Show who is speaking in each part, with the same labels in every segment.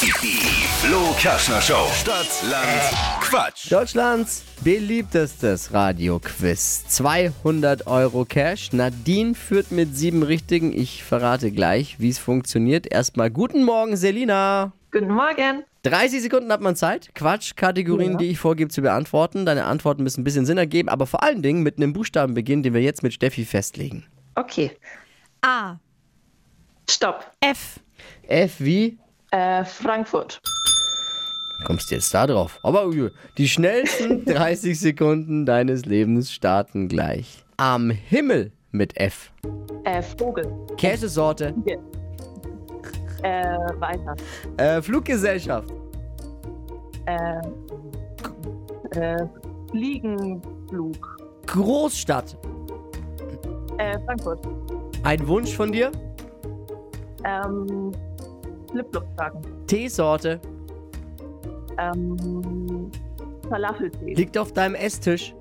Speaker 1: Die Flo Kaschner Show. Stadt, Land, Quatsch.
Speaker 2: Deutschlands beliebtestes Radioquiz. 200 Euro Cash. Nadine führt mit sieben Richtigen. Ich verrate gleich, wie es funktioniert. Erstmal guten Morgen, Selina.
Speaker 3: Guten Morgen.
Speaker 2: 30 Sekunden hat man Zeit, Quatsch-Kategorien, die ich vorgebe, zu beantworten. Deine Antworten müssen ein bisschen Sinn ergeben, aber vor allen Dingen mit einem Buchstaben beginnen, den wir jetzt mit Steffi festlegen.
Speaker 3: Okay,
Speaker 4: A.
Speaker 3: stopp.
Speaker 4: F.
Speaker 2: F wie?
Speaker 3: Äh, Frankfurt.
Speaker 2: Kommst du jetzt da drauf? Aber äh, die schnellsten 30 Sekunden deines Lebens starten gleich. Am Himmel mit F.
Speaker 3: Äh, Vogel.
Speaker 2: Käsesorte,
Speaker 3: Äh, weiter.
Speaker 2: äh, Fluggesellschaft,
Speaker 3: Äh, äh, Fliegenflug.
Speaker 2: Großstadt.
Speaker 3: Äh, Frankfurt.
Speaker 2: Ein Wunsch von dir?
Speaker 3: Ähm, Flipflop sagen.
Speaker 2: Teesorte
Speaker 3: Ähm, Falafeltee.
Speaker 2: liegt auf deinem Esstisch.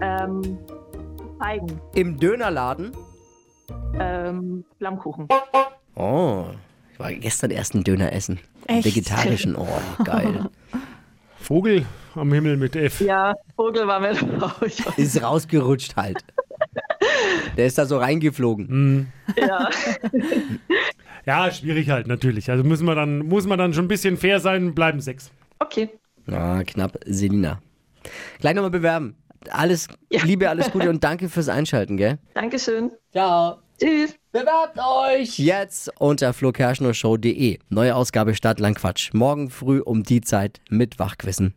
Speaker 3: Ähm, Feigen.
Speaker 2: Im Dönerladen.
Speaker 3: Ähm, Flammkuchen.
Speaker 2: Oh, ich war gestern erst einen Döner essen.
Speaker 4: Echt?
Speaker 2: Vegetarischen. Oh, geil.
Speaker 5: Vogel am Himmel mit F.
Speaker 3: Ja, Vogel war mir drauf.
Speaker 2: Ist rausgerutscht halt. Der ist da so reingeflogen.
Speaker 3: Ja.
Speaker 5: Ja, schwierig halt natürlich. Also müssen wir dann, muss man dann schon ein bisschen fair sein, bleiben sechs.
Speaker 3: Okay.
Speaker 2: Ah, knapp. Selina. Gleich nochmal bewerben. Alles Liebe, alles Gute und danke fürs Einschalten, gell?
Speaker 3: Dankeschön.
Speaker 2: Ciao.
Speaker 3: Tschüss.
Speaker 2: Bewerbt euch jetzt unter flokerschnershow.de. Neue Ausgabe Stadt Lang Quatsch. Morgen früh um die Zeit mit Wachquissen.